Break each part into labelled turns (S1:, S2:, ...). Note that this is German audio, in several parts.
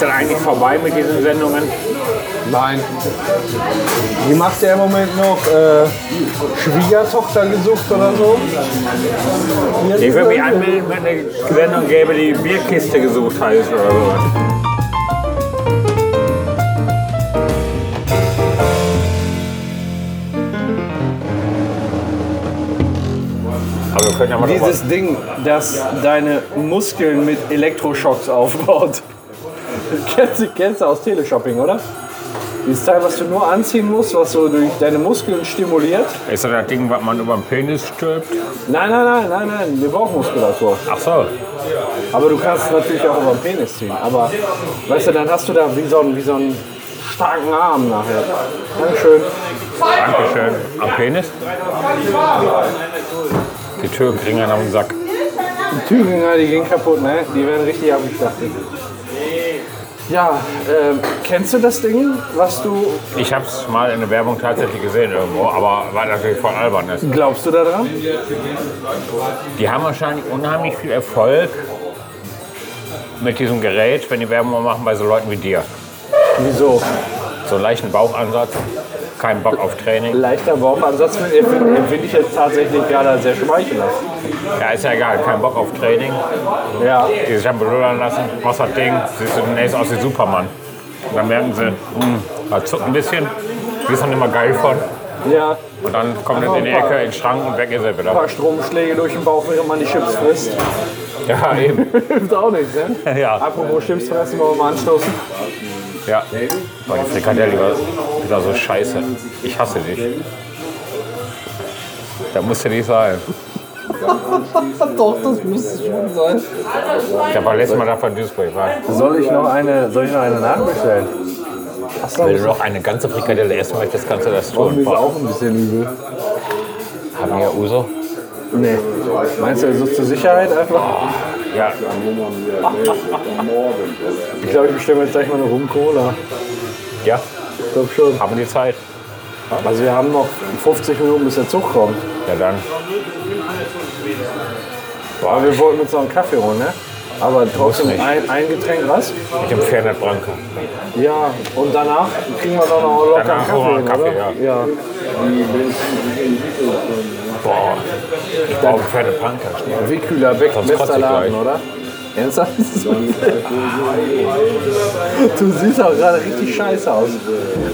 S1: dann eigentlich vorbei mit diesen Sendungen?
S2: Nein. Wie macht der im Moment noch? Äh, Schwiegertochter gesucht oder so? Jetzt
S1: Ich
S2: ist
S1: würde mich
S2: er-
S1: anmelden, wenn eine Sendung gäbe, die Bierkiste gesucht heißt oder sowas. Aber wir können ja mal noch was-
S3: Dieses Ding, das deine Muskeln mit Elektroschocks aufbaut. Kennst du, kennst du aus Teleshopping, oder? Dieses Teil, was du nur anziehen musst, was so durch deine Muskeln stimuliert.
S1: Ist das das Ding, was man über den Penis stülpt?
S3: Nein, nein, nein, nein, nein, wir brauchen Muskulatur.
S1: Ach so.
S3: Aber du kannst es natürlich auch über den Penis ziehen. Aber weißt du, dann hast du da wie so einen, wie so einen starken Arm nachher. Dankeschön.
S1: Dankeschön. Am Penis? Die Türen kriegen ja noch einen Sack.
S3: Die Tübinger, die gehen kaputt, ne? Die werden richtig abgeschlachtet. Ja, ähm, kennst du das Ding, was du.
S1: Ich habe es mal in der Werbung tatsächlich gesehen irgendwo, aber war natürlich voll albern. Ist.
S3: Glaubst du daran?
S1: Die haben wahrscheinlich unheimlich viel Erfolg mit diesem Gerät, wenn die Werbung mal machen bei so Leuten wie dir.
S3: Wieso?
S1: So einen leichten Bauchansatz, kein Bock auf Training.
S3: Leichter Bauchansatz mit- empfinde empfinde ich jetzt tatsächlich gerade als sehr schmeichelhaft.
S1: Ja, ist ja egal, kein Bock auf Training.
S3: Ja.
S1: Die sich haben berühren lassen, machst das Ding, siehst du demnächst aus wie Superman. Und dann merken sie, hm, da zuckt ein bisschen, wirst dann immer geil von.
S3: Ja,
S1: Und dann kommt es in die Ecke, in den Schrank und weg ist er
S3: ein
S1: wieder.
S3: paar Stromschläge durch den Bauch, während man die Chips frisst.
S1: Ja, eben.
S3: Hilft auch nichts, ne?
S1: Ja,
S3: Apropos Chips fressen, wollen wir mal anstoßen.
S1: ja. Boah, die Frikadelle war wieder so scheiße. Ich hasse dich. Da musste nicht sein.
S3: Doch, das müsste schon sein.
S1: Da war letztes Mal da von Duisburg. War.
S3: Soll ich noch eine, soll ich noch eine nachbestellen? Achso,
S1: Wenn du noch eine ganze Frikadelle essen möchtest, kannst du das
S3: mir
S1: tun.
S3: ist
S1: Boah,
S3: auch ein bisschen übel.
S1: haben wir Uso?
S3: Nee. Meinst du, er sucht zur Sicherheit einfach?
S1: Ja,
S3: Ich glaube, ich bestelle mir jetzt gleich mal eine Rum-Cola.
S1: ja,
S3: Ich glaube schon.
S1: haben die Zeit.
S3: Also wir haben noch 50 Minuten, bis der Zug kommt.
S1: Ja, dann.
S3: Aber wir wollten uns noch einen Kaffee holen, ne? Aber trotzdem
S1: nicht.
S3: ein, ein Getränk, was?
S1: Mit dem Fernet Branca.
S3: Ja, und danach kriegen wir doch noch locker
S1: Danach
S3: einen
S1: holen wir
S3: Kaffee,
S1: einen
S3: oder?
S1: Kaffee,
S3: ja.
S1: Boah, oh, Fernet Branca.
S3: Wie kühler Beck,
S1: Sonst
S3: bester
S1: kotze ich
S3: Laden,
S1: gleich.
S3: oder? Ernsthaft? du siehst auch gerade richtig scheiße aus.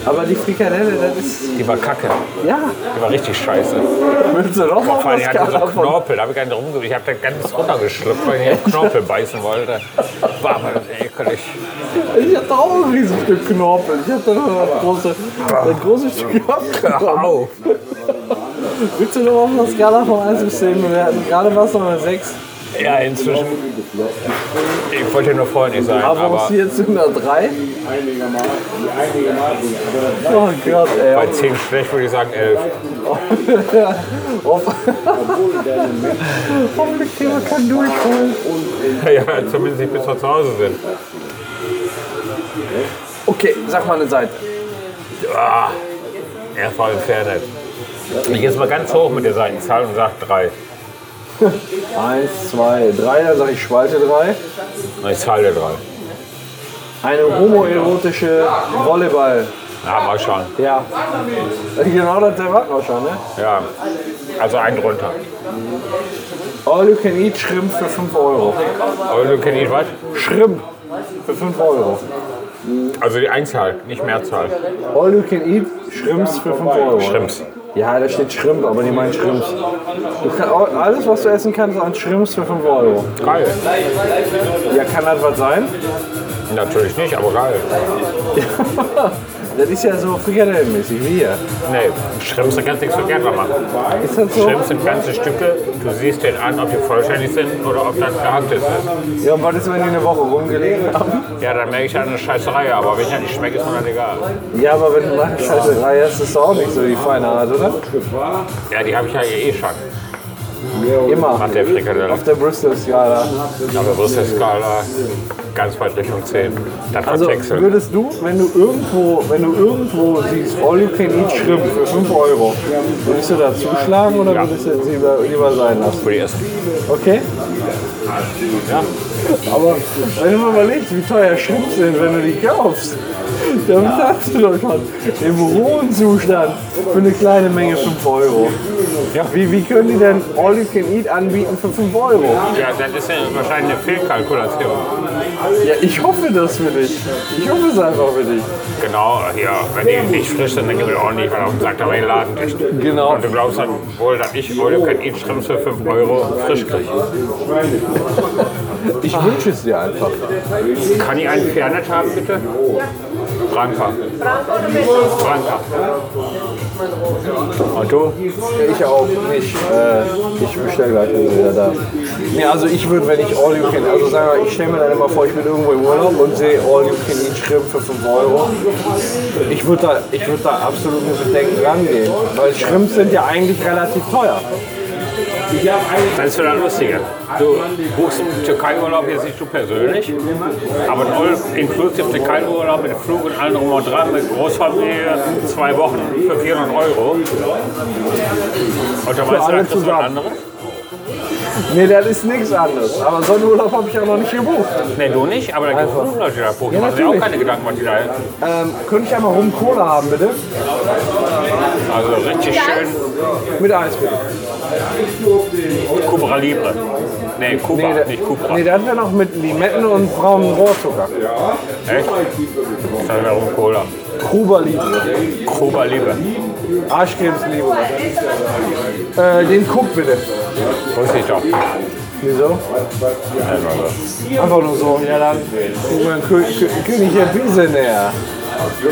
S3: Aber die Frikadelle, das ist...
S1: Die war kacke.
S3: Ja,
S1: Die war richtig scheiße.
S3: willst du noch mal
S1: Vor allem,
S3: was
S1: die hatte so
S3: davon?
S1: Knorpel, da habe ich gar nicht rumge... Ich habe da ganz runtergeschluckt, weil ich auf Knorpel beißen wollte. War aber das ekelig.
S3: Ich hatte auch ein Riesenstück Knorpel. Ich hatte noch das große, das große Stück abgenommen. Willst du noch auf einer Skala von 1 bis 10? Wir hatten gerade was noch eine 6.
S1: Ja, inzwischen. Ich wollte nur freundlich sein,
S3: Aber warum
S1: aber
S3: ist die jetzt nur eine 3? Oh Gott, ey.
S1: bei 10 schlecht würde ich sagen 11.
S3: Hoff- Hoffentlich kriegen wir kein Durchfall.
S1: Ja, zumindest nicht bis wir zu Hause sind.
S3: Okay, sag mal eine Seite.
S1: Ah, er war im Fernet. Ich jetzt mal ganz hoch mit der Seitenzahl und sage 3.
S3: Eins, zwei, drei, dann sag ich Spalte drei.
S1: Ich zahle 3.
S3: Eine homoerotische Volleyball.
S1: Ja, mal schauen.
S3: Ja. Genau das erwarten wir schon, ne?
S1: Ja, also einen drunter.
S3: All you can eat Shrimp für 5 Euro.
S1: Aber du kennst nicht was?
S3: Shrimp für 5 Euro.
S1: Also die Einzahl, nicht Mehrzahl.
S3: All you can eat Shrimps für 5 Euro.
S1: Schrimps.
S3: Ja, da steht Shrimp, aber die meinen Shrimps. Du kann, all- alles, was du essen kannst, an Shrimps für 5 Euro.
S1: Geil.
S3: Ja, kann das was sein?
S1: Natürlich nicht, aber geil.
S3: Das ist ja so frikadellenmäßig wie hier.
S1: Nee, Schrimps, da kannst du nichts verkehrt machen.
S3: Ist das so?
S1: Schrimps sind ganze Stücke. Du siehst den an, ob die vollständig sind oder ob das gehacktes ist.
S3: Ja, und was ist, wenn die eine Woche rumgelegen haben?
S1: Ja, dann merke ich ja eine Scheißerei, aber wenn ich ja nicht schmecke, ist mir dann egal.
S3: Ja, aber wenn du nachher Scheiße reihst, ist das auch nicht so die feine Art, oder?
S1: Ja, die habe ich ja eh schon.
S3: Immer.
S1: Nach der Frikadelle.
S3: Auf der Bristol-Skala.
S1: Aber Brüssel-Skala äh, ganz weit um Richtung 10. Dann
S3: Also
S1: verwechseln.
S3: würdest du, wenn du irgendwo, wenn du irgendwo siehst, all you can eat Shrimp für 5 Euro, würdest du da zuschlagen oder
S1: Ja.
S3: würdest du es lieber, lieber sein lassen?
S1: Würde ich essen.
S3: Okay?
S1: Ja,
S3: Aber wenn du mal überlegst, wie teuer Shrimps sind, wenn du die kaufst, dann zahlst du doch schon im rohen Zustand für eine kleine Menge 5 Euro. Ja. Wie, wie können die denn All You Can Eat anbieten für 5 Euro?
S1: Ja, das ist ja wahrscheinlich eine Fehlkalkulation.
S3: Ja, ich hoffe das für dich. Ich hoffe es einfach für dich.
S1: Genau, ja, wenn die nicht frisch sind, dann gibt es auch nicht, weil auf dem Sack da mein Laden ist.
S3: Genau.
S1: Und du glaubst dann wohl, dass ich heute kein Eatstrims für 5 Euro frisch kriege.
S3: Ich wünsche es dir einfach.
S1: Kann ich einen Fernet haben, bitte? Branka. Branka.
S3: Und du? Ich auch nicht. Äh, ich bestelle gleich wenn du wieder da. Nee, also ich würde, wenn ich All You Can, also sagen wir, mal, ich stelle mir dann immer vor, ich bin irgendwo im Urlaub und sehe All You Can Eat Shrimp für 5 Euro. Ich würde da, ich würd da absolut mit Bedenken rangehen, weil Shrimps sind ja eigentlich relativ teuer.
S1: Das ist wieder lustiger. Du buchst im Türkei-Urlaub jetzt nicht du persönlich, aber ein All-Inclusive Türkei-Urlaub mit Flug und allem drum und dran, mit Großfamilie, zwei Wochen für 400 Euro. Und da weißt du,
S3: alle
S1: dann kriegst du
S3: zusammen.
S1: was anderes?
S3: Nee, das ist nichts anderes. Aber so einen Urlaub habe ich auch noch nicht gebucht.
S1: Nee, du nicht, aber da gibt es genug Leute, die da buchen. Die
S3: Ja,
S1: machen sich auch
S3: natürlich.
S1: keine Gedanken, was die da
S3: Ähm, könnte ich einmal rum Cola haben, bitte?
S1: Also richtig schön
S3: Mit Eis, bitte.
S1: Cobra Libre. Nee, Kuba,
S3: da-
S1: nicht Cobra.
S3: nee, dann wäre noch mit Limetten und braunen Rohrzucker.
S1: Echt? Dann warum Cola.
S3: Kuba Libre.
S1: Kuba Libre.
S3: Arschcremes Libre. Äh, den Cook bitte.
S1: Wusste ich doch.
S3: Wieso?
S1: Also,
S3: Einfach nur so. Ja, dann. Ich mein, Kö Kö König der Wiesener.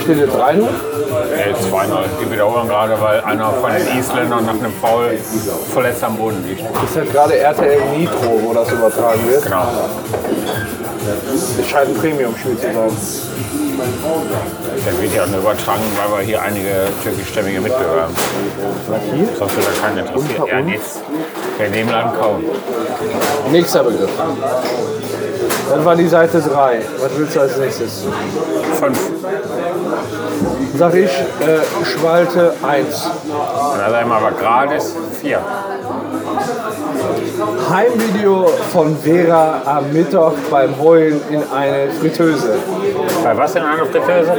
S3: Steht jetzt rein?
S1: Ey, 2-0. Die wiederholen gerade, weil einer von den Isländern nach einem Foul verletzt am Boden liegt.
S3: Das ist ja gerade RTL Nitro, wo das übertragen wird.
S1: Genau.
S3: Das scheint ein Premium-Spiel zu sein.
S1: Der wird ja nur übertragen, weil wir hier einige türkischstämmige Mitbürger haben. Sonst wird da keinen interessiert. Ja, nichts. Wir nehmen an kaum.
S3: Nächster Begriff. Dann war die Seite 3. Was willst du als nächstes?
S1: Fünf.
S3: Sag ich, äh, Schwalte 1.
S1: Und da sagen wir aber gratis vier.
S3: Heimvideo von Vera am Mittag beim Heulen in eine Fritteuse.
S1: Bei was denn eine Fritteuse?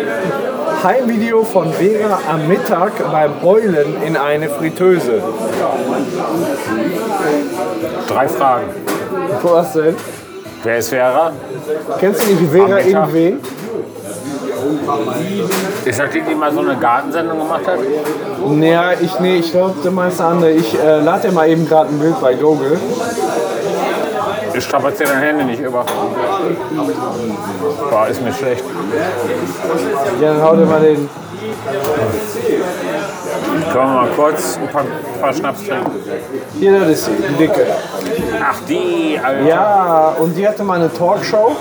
S3: Heimvideo von Vera am Mittag beim Heulen in eine Fritteuse.
S1: Drei Fragen.
S3: Was denn?
S1: Wer ist Vera?
S3: Kennst du nicht
S1: Am
S3: Vera
S1: Mittag?
S3: irgendwen?
S1: Ist das die, die mal so eine Gartensendung gemacht hat?
S3: Naja, ich, nee, ich glaube, du meinst eine andere. Ich äh, lade dir mal eben gerade ein Bild bei Google.
S1: Ich strapaziere deine Hände nicht über. Boah, ist mir schlecht.
S3: Ja, dann hau dir mal den.
S1: Können wir mal kurz ein paar, paar Schnaps trinken?
S3: Hier, das ist sie, die Dicke.
S1: Ach, die, Alter.
S3: Ja, und die hatte mal eine Talkshow.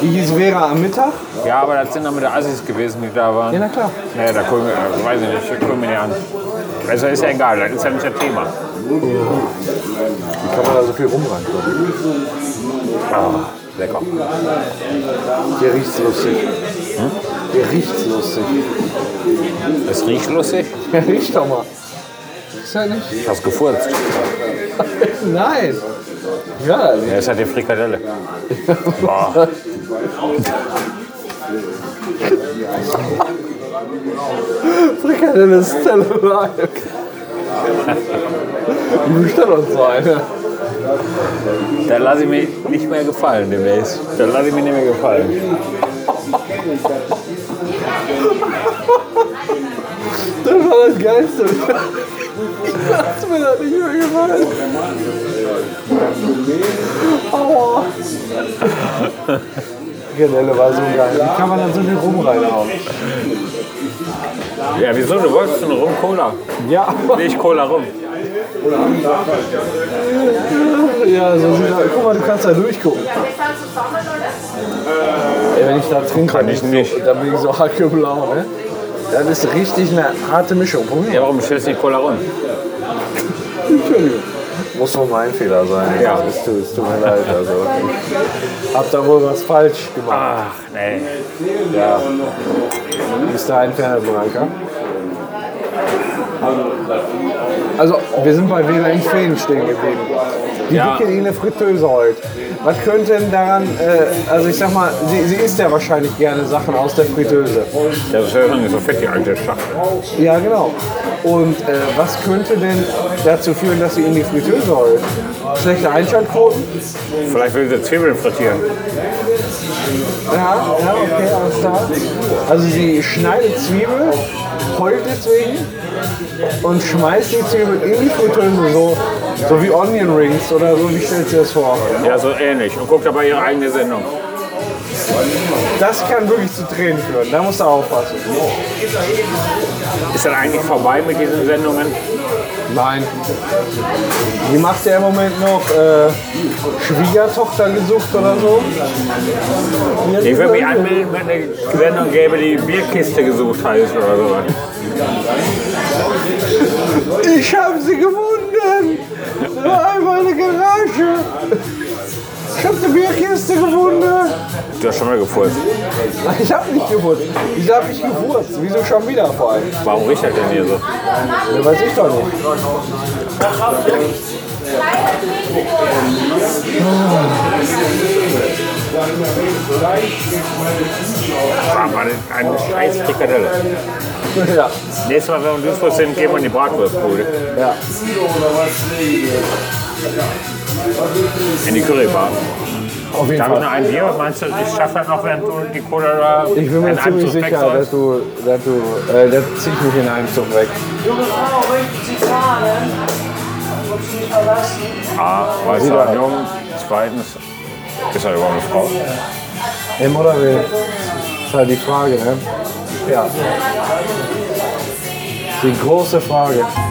S3: Die hieß Vera am Mittag.
S1: Ja, aber das sind dann mit der Assis gewesen, die da waren.
S3: Ja, na klar.
S1: Nee, da gucken wir, äh, weiß ich nicht, da gucken wir nicht an. Also ist ja egal, das ist ja nicht das Thema.
S3: Wie kann man da so viel rumrein? Oh,
S1: Ah, lecker.
S3: Der riecht lustig. Hm? Der riecht lustig.
S1: Das riecht lustig.
S3: Ja, riech doch mal. Ist ja nicht.
S1: Ich hab's gefurzt.
S3: Nein. Ja,
S1: Ja, ist halt die Frikadelle. Boah,
S3: Frikadelle ist Tellermark. Wir bestellen uns so eine.
S1: da lasse ich mir nicht mehr gefallen demnächst. Da lasse ich mir nicht mehr gefallen.
S3: Das war das Geilste. Ich lasse mir das nicht mehr gefallen. Aua. Frikadelle war so geil. Wie kann man da so viel rum reinhauen?
S1: Ja, wieso? Du wolltest nur rum Cola.
S3: Ja,
S1: Nicht Cola rum.
S3: ja, so sieht das. Guck mal, du kannst da durchgucken. Ey, wenn ich da trinke,
S1: Kann ich nicht.
S3: dann bin ich so hackeblau, ne? Das ist richtig eine harte Mischung. Probier
S1: Ja, warum stellst du nicht Cola rum?
S3: Entschuldigung. Muss wohl mein Fehler sein.
S1: Ja.
S3: Es tut, es tut mir leid. Also. ich Hab da wohl was falsch gemacht.
S1: Ach, nee. Ah.
S3: Bis dahin, ferner Branka. Also, wir sind bei Wähler in Feen stehen geblieben. Die
S1: Ja.
S3: wickeln ihn in eine Fritteuse heute. Was könnte denn daran, äh, also ich sag mal, sie, sie isst ja wahrscheinlich gerne Sachen aus der Fritteuse.
S1: Das ist ja lange so fett, die alte Schachtel.
S3: Ja, genau. Und äh, was könnte denn dazu führen, dass sie in die Fritteuse heult? Schlechte Einschaltquoten?
S1: Vielleicht will sie Zwiebeln frittieren.
S3: Ja, ja, okay, alles klar. Also sie schneidet Zwiebel, heult deswegen und schmeißt die Zwiebel in die Fritteuse, so, so wie Onion Rings oder so, wie stellt sie das vor?
S1: Ja, so ähnlich. Und guckt dabei ihre eigene Sendung.
S3: Das kann wirklich zu Tränen führen, da musst du aufpassen.
S1: Ist das eigentlich vorbei mit diesen Sendungen?
S3: Nein. Die macht ja im Moment noch äh, Schwiegertochter gesucht oder so. Jetzt
S1: Ich würde mich
S3: ist-
S1: anmelden, wenn eine Sendung gäbe, die Bierkiste gesucht heißt oder sowas.
S3: Ich habe sie gefunden! Es war einfach eine Garage! Ich habe eine Bierkiste gefunden!
S1: Du hast schon mal gefurzt.
S3: Ich habe nicht gewurzt. Ich habe nicht gewurzt. Wieso schon wieder vor allem?
S1: Warum riecht das denn hier so?
S3: Ja, weiß ich doch nicht.
S1: Bam, war das eine scheiß Frikadelle.
S3: Ja,
S1: Nächstes Mal, wenn wir in Duisburg sind, gehen wir in die Bratwurstbude.
S3: ja.
S1: In die Currybar.
S3: Auf jeden
S1: Da habe ich
S3: Fall.
S1: noch ein Bier. Meinst du, ich schaffe das noch, während du die Cola da
S3: Ich bin mir
S1: einen
S3: ziemlich
S1: Anzug
S3: sicher, dass
S1: wegsäufst?
S3: du, dass du, äh, das ziehe ich mich in einem Zug weg.
S4: Junge Frau, möchten Sie zahlen? Wolltest du mich verlassen?
S1: A, weißer Jung. Zweitens, ist er überhaupt eine Frau?
S3: Im oder will? Ist halt die Frage, ne? Ja. Die große Frage.